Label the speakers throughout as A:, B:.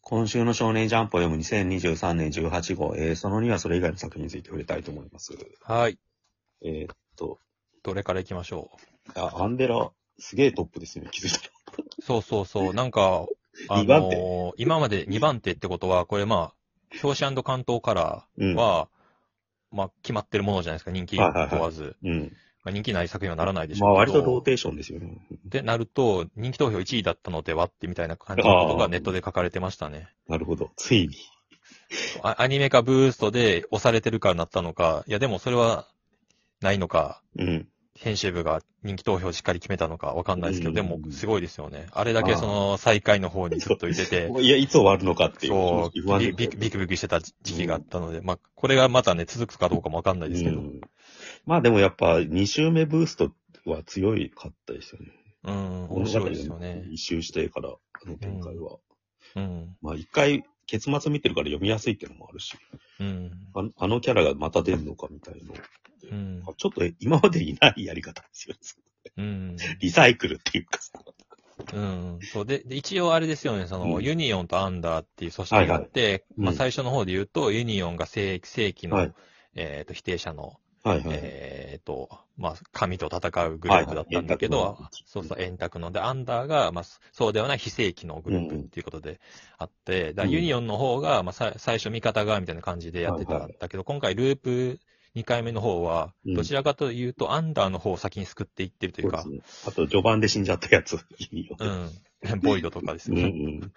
A: 今週の少年ジャンプを読む2023年18号、えー、その2はそれ以外の作品について触れたいと思います。
B: はい。
A: えーっと、
B: どれから行きましょ
A: あ、アンデラ、すげえトップですね、気づいた
B: う。そうそうそう。なんか、あ
A: 二番
B: のー今まで2番手ってことは、これまあ、表紙関東カラ
A: う
B: ー
A: ん。
B: は、まあ、決まってるものじゃないですか。人気
A: はいはいはい
B: 問わず。
A: うん。
B: まあ人気ない作品はならないでし
A: まあ
B: ょうけ
A: 割
B: ど。
A: とローテーションですよね。
B: で、なると、人気投票1位だったのではってみたいな感じのことがネットで書かれてましたね。
A: なるほど。ついに。
B: あアニメ化ブーストで押されてるからなったのか、いやでもそれはないのか、
A: うん。
B: 編集部が人気投票しっかり決めたのかわかんないですけど、
A: うん
B: でもすごいですよね。あれだけその最下位の方にずっとい てて、
A: いや、いつ終わるのかっていう。
B: そう、
A: 不安で
B: ビビクビクビクしてた時期があったので、まあ、これがまたね、続くかどうかもわかんないですけ
A: う
B: ど。
A: んまあでもやっぱ2周目ブーストは強いかったですよね。
B: うん、面白いですよね。
A: 一周してから、あの展開は。
B: うん、
A: まあ一回、結末見てるから読みやすいっていうのもあるし、
B: うん、
A: あのあのキャラがまた出るのかみたいの。
B: うん、
A: ちょっと今までにないやり方ですよ。
B: うん。
A: リサイクルっていうか。
B: うん。そうで、で一応あれですよね、その、
A: うん
B: ユニオンとアンダーっていう組織があって、
A: うん
B: まあ最初の方で言うと、ユニオンが正正規の、
A: はい
B: えっ、と、否定者の、
A: はいはい。
B: えっ、と、まあ、神と戦うグループだったんだけど、
A: はいはい
B: そうそう、円卓の。で、アンダーが、まあ、そうではない非正規のグループっていうことであって、だからユニオンの方が、まあ、さ最初味方が、みたいな感じでやってたんだけど、今回ループ2回目の方は、
A: うん
B: どちらかというと、アンダーの方を先に救っていってるというか、
A: そうですねあと序盤で死んじゃったやつ。いいよ。
B: うん。 ボイドとかです
A: うんう
B: ね。
A: ん。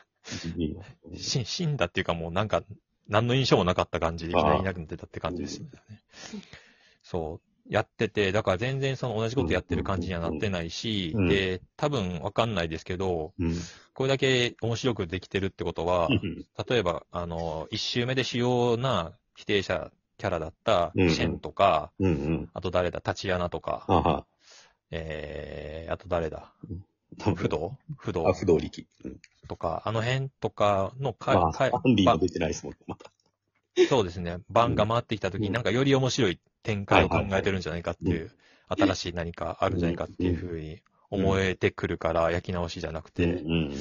A: いいよ
B: し死んだっていうかもうなんか、何の印象もなかった感じでいきなりいなくなってたって感じですよね。そう。やってて、だから全然その同じことやってる感じにはなってないし、
A: うん
B: で、多分わかんないですけど、
A: うん。
B: これだけ面白くできてるってことは、例えば、あの、一周目で主要な否定者キャラだった、シ
A: うん
B: ェンとか、
A: うんうん。
B: あと誰だ、タチアナとか、
A: はは。
B: えー、あと誰だ、
A: 多
B: 不
A: 分。
B: 動不動
A: あ、不動力。うん
B: とか、あの辺とかのか、
A: まあ、
B: か
A: アンディ
B: ば
A: も出てないですもん、また。
B: そうですね。番が回ってきたとき
A: う
B: に、
A: ん
B: なんかより面白い展開を考えてるんじゃないかって
A: はい
B: い
A: は
B: う、新しい何かあるんじゃないかっていうふうに思えてくるから、焼き直しじゃなく
A: うん
B: て、
A: うん。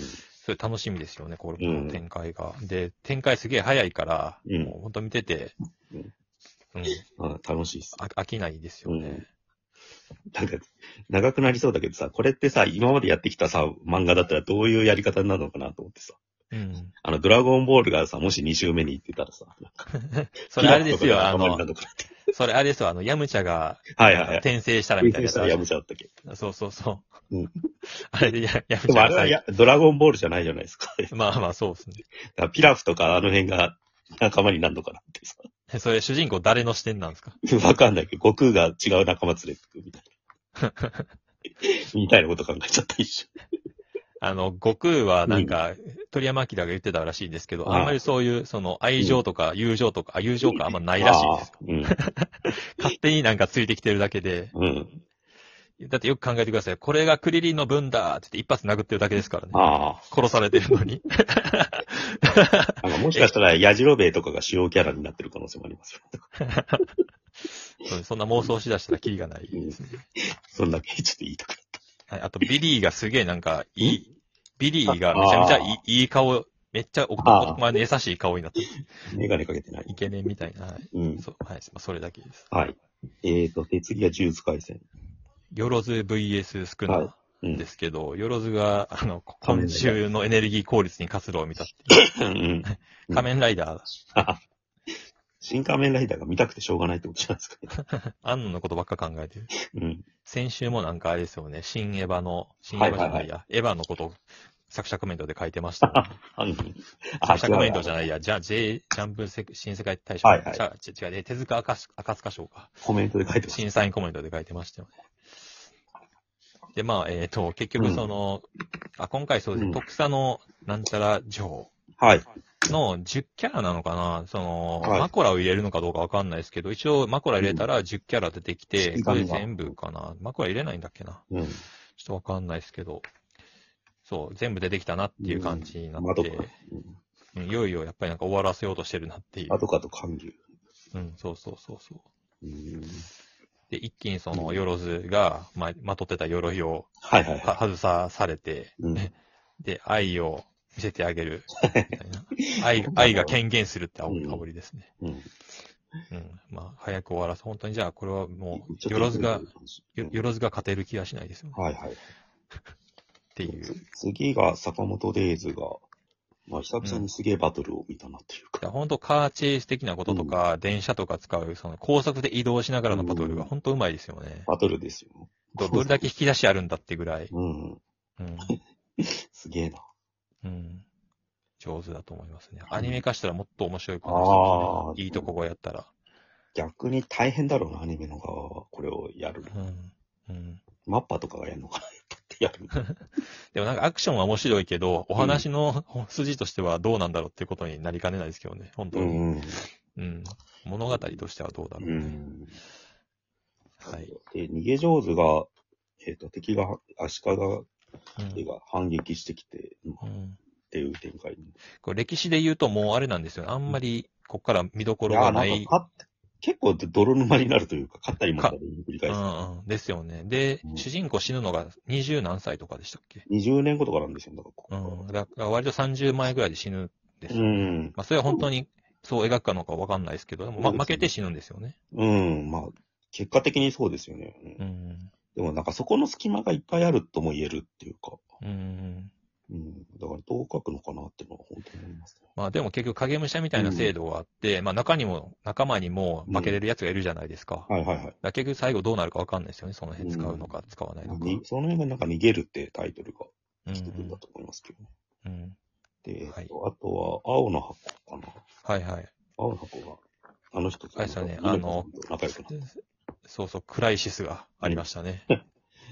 B: それ楽しみですよね、このこ
A: うん
B: の展開が。で、展開すげえ早いから、
A: うん
B: もう本当見てて、
A: う
B: うんん、
A: あ楽しいっす。
B: あ飽きないですよね。
A: なんか、長くなりそうだけどさ、これってさ、今までやってきたさ、漫画だったらどういうやり方になるのかなと思ってさ。
B: うん。
A: あの、ドラゴンボールがさ、もし2周目に行ってたらさ、
B: それあれで すよ、
A: 開
B: あ
A: くとかが頭に
B: の
A: な、るのかなって
B: それあれですよ、あの、ヤムチャが、
A: はいはいはい
B: 転生したらみたい
A: 転
B: な
A: 生
B: や
A: し
B: つ
A: た
B: あ
A: ら
B: る
A: や
B: じ
A: めちゃったっけ
B: ゃん。そうそうそう。
A: うん
B: あれでヤヤムチ
A: で
B: ャ
A: もあ
B: が
A: れは
B: 最
A: や、ドラゴンボールじゃないじゃないですか。だ
B: 後、まあまあそうですね。
A: からピラフとかあの辺が仲間になるのかなってさ。
B: えそれ主人公誰の視点なんですか
A: わかんないけど、悟空が違う仲間連れてくみたい な。みたいなこと考えちゃった一瞬。
B: あの、悟空はなんか、鳥山明が言ってたらしいんですけど、あんまりそういう、その、愛情とか友情とか、あ友情かあんまないらしいです。
A: あ
B: 勝手になんかついてきてるだけで、
A: あうん。うん。
B: だってよく考えてください。これがクリリンの分だって言って一発殴ってるだけですからね。
A: あ
B: 殺されてるのに。
A: あ。なんかもしかしたら、矢ロ兵衛とかが主要キャラになってる可能性もありますよ。
B: そうそんな妄想しだしたらキリがないですね。
A: そんだけちょっと言いたくなった。
B: はい、あと、ビリーがすげえなんか、いい、ビリーがめちゃめちゃいいいい顔、めっちゃ男前の優しい顔になってる、
A: メガネかけてない
B: イ。ケメンみたいな。はい、
A: うん。
B: そうはい、まあそれだけです。
A: はい。えーと、で、次は呪術廻戦。
B: よろず VS スク
A: は
B: ナ
A: う
B: ー
A: ん
B: で。すけど、よろずが、あの、
A: 仮面ライダー
B: 今週のエネルギー効率に活動を見たって
A: うんうん
B: 仮面ライダー、
A: 新仮面ライダーが見たくてしょうがないってことじゃないですか、
B: アンナのことばっか考えてる。
A: うん。
B: 先週もなんかあれですよね、新エヴァの、新エヴァじゃ
A: は
B: ないいや、エヴァのことを作者コメントで書いてましたよね。
A: 犯人。
B: 作者コメントじ
A: ゃ
B: ゃないや、じゃあ J、ジャンプせ新世界大賞。
A: はいはい
B: じゃあ違う違う、手塚赤赤塚賞か。
A: コメントで書いてます。
B: 審査員コメントで書いてましたよね。で、まあ、えっ、と、結局その、あ、今回そうです
A: うん
B: ね、徳佐のなんちゃら女
A: はい。
B: 王の10キャラなのかなその、
A: はい
B: マコラを入れるのかどうかわかんないですけど、一応マコラ入れたら10キャラ出てきて、
A: うん
B: これ全部かなマコラ入れないんだっけな
A: うん。
B: ちょっとわかんないですけど、そう、全部出てきたなっていう感じになっ
A: 窓
B: て
A: か、。うん
B: うんいよいよやっぱりなんか終わらせようとしてるなっていう。
A: 窓かと関牛。
B: うん、そうそうそうそう。
A: うん
B: で、一気にその、よろずが、ま、まとってた鎧を
A: はいはいは
B: は外さされて、
A: い。うん。
B: で、愛を見せてあ げる。みたいな愛愛が権限するって煽り煽りですね。
A: うん。
B: うん。まあ、早く終わらせ、本当にじゃあ、これはも
A: ちょっと
B: う、よろずが、
A: う
B: よ
A: ん
B: よろずが勝てる気がしないですよね。
A: はいはい。
B: っていう。
A: つ次が坂本デイズが、まあ久々にすげえバトルを見たなっていう
B: いや
A: か。
B: 本当カーチェイス的なこととか、電車とか使う、その高速で移動しながらのバトルが本当うまいですよね。
A: バトルですよ。
B: どどれだけ引き出しあるんだってぐらい。
A: うん。
B: うん。
A: すげえな。
B: うん。上手だと思いますね。アニメ化したらもっと面白いか
A: あ
B: もしれ
A: ー
B: ないですね。いいとこがやったら。
A: 逆に大変だろうな、アニメの側は。これをやるの。
B: うん。うん。
A: マッパとかがやるのかなやってやる。
B: でもなんかアクションは面白いけど、お話の筋としてはどうなんだろうっていうことになりかねないですけどね。本当
A: う
B: に。うん。
A: ん。
B: 物語としてはどうだろ
A: う
B: う。
A: ん。
B: はい。
A: で、逃げ上手が、えっ、と、敵が、足利
B: う
A: 家
B: ん。
A: が反撃してきて、ま
B: う
A: あっ
B: ん、
A: ていう展開に。
B: これ歴史で言うともうあれなんですよね。あんまり、こっから見どこ
A: い
B: ろ
A: や
B: が
A: ー、な
B: なんい。
A: か勝って、結構泥沼になるというか、勝ったり負けたり繰り
B: う
A: 返す。
B: んうん。ですよね。で
A: う、ん
B: 主人公死ぬのが二十何歳とかでしたっけ
A: 20年後とかなんですよ、だからここ
B: うん。だから割と30前ぐらいで死ぬんですよ
A: うん。
B: まあ、それは本当にそう描くかのかわかんないですけど、でもま
A: そうですね
B: 負けて死ぬんですよね。
A: うん。まあ、結果的にそうですよね。うん
B: うん。
A: でもなんかそこの隙間がいっぱいあるとも言えるっていうか。
B: うん。
A: うん。だからどう書くのかなっていうのは本当に思いますね。
B: まあでも結局影武者みたいな制度があって、まあ中にも、仲間にも負けれるやつがいるじゃないですか。だか
A: はいはいはい。
B: ら結局最後どうなるかわかんないですよね。その辺使うのか使わないのか。
A: にその辺がなんか逃げるってタイトルが
B: うん
A: 来てくるんだと思いますけどね。
B: うん。
A: で、えっと
B: はい
A: あとは青の箱かな。
B: はいはい。
A: 青の箱が、あの人と
B: あれですよねあの
A: 仲良くなった。
B: そうそう、クライシスがありましたね。
A: うん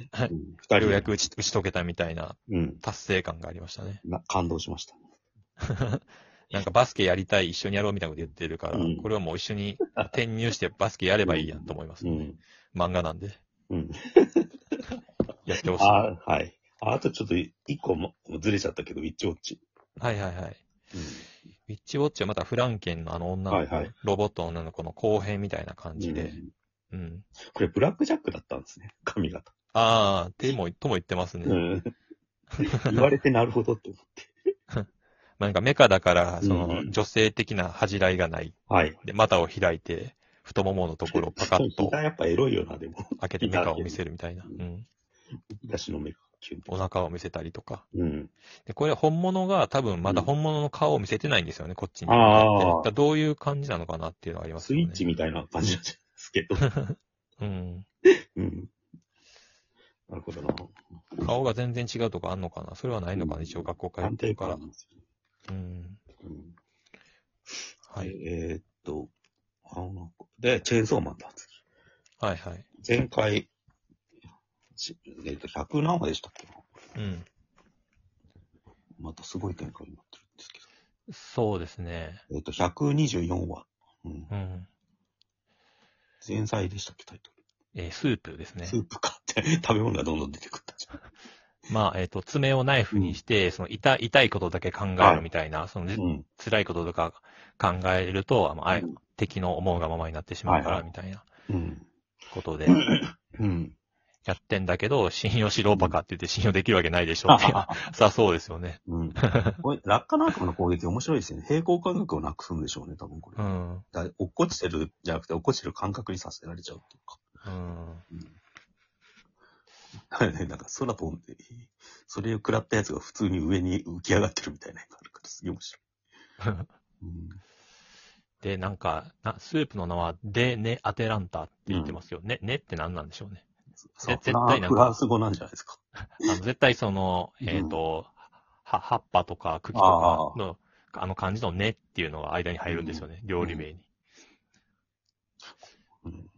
A: 二人で
B: ようやく打ち打ち解けたみたいな
A: うん。
B: 達成感がありましたね。
A: な感動しました。
B: なんかバスケやりたい、一緒にやろうみたいなこと言ってるから、
A: うん
B: これはもう一緒に転入してバスケやればいいやんと思います
A: う
B: ね。
A: ん。
B: 漫画なんで。
A: うん。
B: やってほしい。は
A: あはい。ああとちょっと一個もずれちゃったけど、ウィッチウォッチ。
B: いはいはい。
A: うん
B: ウィッチウォッチはまたフランケンのあの女の子、
A: はいはい
B: ロボットの女の子の後編みたいな感じで。うん。
A: これブラックジャックだったんですね、髪型。
B: ああ、でも、とも言ってますね。
A: うん。 言われてなるほどって。
B: なんかメカだから、そ
A: うんう
B: の
A: ん
B: 女性的な恥じらいがない。
A: はい。
B: で、股を開いて、太もものところをパカッと
A: 膝やっぱエロいよな、 でも。
B: 開けてメカを見せるみたいな。うん。
A: 出しの目がキュンと。
B: お腹を見せたりとか。
A: うん。
B: で、これ本物が多分まだ本物の顔を見せてないんですよね、こっちに。
A: ああ
B: だからどういう感じなのかなっていうのがあります
A: ス
B: よね。
A: イッチみたいな感じなんですけど。
B: うん。
A: うん。なるほどな。
B: 顔が全然違うとかあんのかなそれはないのかな、
A: うん
B: 一応学校から
A: 安
B: ってる
A: 定
B: から
A: 感。なんですよね。
B: うん。
A: うん
B: はい。
A: えーっと、あの、で、チェーンソーマンだ。次
B: はいはい。
A: 前回、しえーっと、100何話でしたっけな
B: うん。
A: またすごい展開になってるんですけ
B: そうですね。
A: ど。えーっと、124話。うん。
B: うん。
A: 前菜でしたっけ、タイト
B: えースープです
A: ル。
B: ね
A: ス。ープかって、 食べ物がどんどん出てくるんだじゃん。
B: まあ、えっ、と、爪をナイフにして、その痛い、痛いことだけ考えるみたいな、その、じ
A: うん。
B: 辛いこととか考えると、あのあい
A: うん
B: 敵の思うがままになってしまうか
A: はい
B: ら、
A: はい
B: みたいな
A: うん。
B: ことで、
A: うん。
B: やってんだ けど、信用しろバカって言って信用できるわけないでしょっていう。 さそうですよね。
A: うん。これ、落下なんかの攻撃面白いですよね。平行感覚をなくすんでしょうね、多分これ。
B: うん。
A: だ落っこちてるじゃなくて、落っこちてる感覚にさせられちゃうってい
B: うん。
A: うか。はいね、 なんか空飛んで、それを食らったやつが普通に上に浮き上がってるみたいなのがあるから、すげえ面 白い。うん
B: で、なんか、なスープの名はデ・ネ・アテランタって言ってますよ。ね、ねって何なんでしょうね。
A: さ
B: 絶対なんか
A: フランス語なんじゃないですか。
B: あの絶対その、
A: うん
B: えっ、と、は葉っぱとか茎とかの、あの感じのねっていうのが間に入るんですよね。料理名に。
A: うん。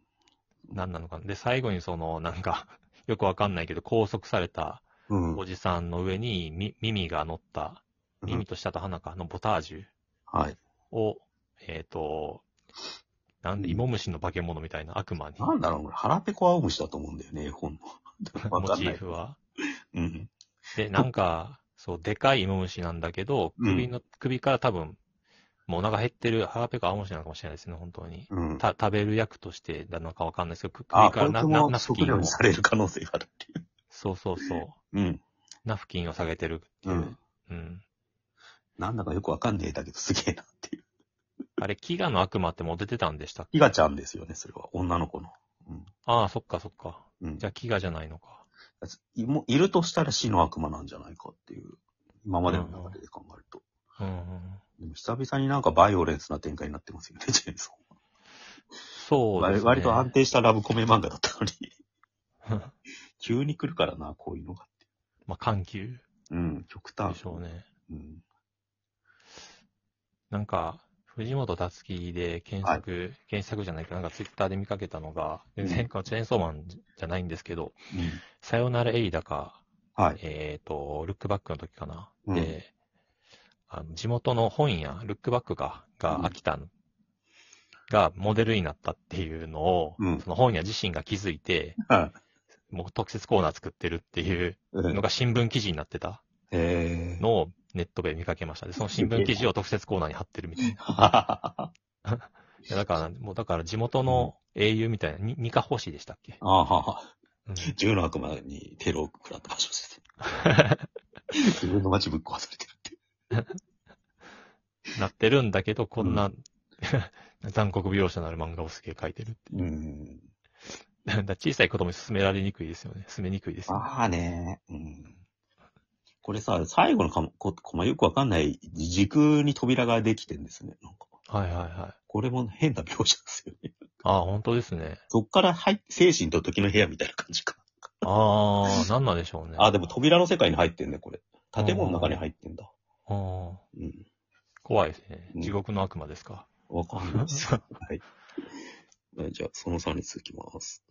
B: 何なのかな。で、最後にその、なんか、よくわかんないけど、拘束された
A: うん。
B: おじさんの上にみ耳が乗った、耳と舌と鼻かのボタージ
A: はい。
B: ュを、えっ、と、なんで、
A: うん
B: 芋虫の化け物みたいな悪魔に、
A: なんだろう、これ、腹ペコ青虫だと思うんだよね、絵 本の。わ
B: モ
A: かん
B: チ
A: な
B: ー
A: い。
B: フは、
A: うん。
B: で、なんか、そう、でかい芋虫なんだけど、首の、首から多分、もうお腹減ってる腹ペコ青虫なのかもしれないですね、本当に。
A: うん。
B: た食べる役としてなのかわかんないですけど、く
A: あ、こ
B: 首から
A: れ
B: ナナ
A: も
B: ナフキ
A: 食
B: ン
A: 料
B: を、
A: に
B: そ
A: される可能性があるっていう
B: そうそう、
A: う。うん。
B: ナフキンを下げてるっていうう。
A: ん
B: うん。
A: なんだかよくわかんねえだけどすげえなっていう。
B: あれ、飢餓の悪魔ってもう出てたんでしたっけ
A: ヒガちゃんですよね、それは。女の子の。うん。
B: ああ、そっかそっか。
A: うん
B: じゃあ飢餓じゃないのか。
A: いもいるとしたら死の悪魔なんじゃないかっていう。今までの流れで考えると。
B: うんうん。
A: でも久々になんかバイオレンスな展開になってますよね、ジェイソン。
B: そうですね。
A: 割と 安定したラブコメ漫画だったのに、
B: ま
A: 急に来るからな、こういうのが。
B: あ、緩急
A: うん、極端。
B: でしょうね。
A: うん。
B: なんか、藤本達樹で検索、検索じゃないか、なんかツイッターで見かけたのが、
A: うん
B: 全然このチェーンソーマンじゃないんですけど、
A: うん。
B: さよならエイダか、
A: はい。
B: えっ、と、ルックバックの時かな。
A: うん
B: で、あの地元の本屋、ルックバックが、
A: うん
B: が秋田のがモデルになったっていうのを、
A: うん
B: その本屋自身が気づいて、
A: はい。
B: もう特設コーナー作ってるっていう
A: うん
B: のが新聞記事になってた
A: えー。
B: のをネットで見かけました。で、その新聞記事を特設コーナーに貼ってるみたいな。
A: あ
B: いやだから、もうだから地元の英雄みたいな、にニカホシでしたっけ、
A: あは、
B: うん
A: 銃の悪魔にテロを食らった場所 です。自分の街ぶっ壊されてるって。
B: なってるんだけど、こんな、 残酷描写のある漫画をすげえ描いてるって。
A: うん。
B: だから小さい子供に勧められにくいですよね。勧めにくいですよね。
A: ああねうん。これさ、最後のかもこ、こまよくわかんない時空に扉ができてんですね。なんか
B: はいはいはい。
A: これも変な描写ですよね。
B: ああ、本当ですね。
A: そっから入って、精神と時の部屋みたいな感じか。
B: ああ、 なんなんでしょうね。
A: ああ、でも扉の世界に入ってんね、これ。建物の中に入ってんだ。
B: あー
A: うん。
B: 怖いですね。
A: うん
B: 地獄の悪魔ですか。
A: わかんないです。はい。じゃあ、その3に続きます。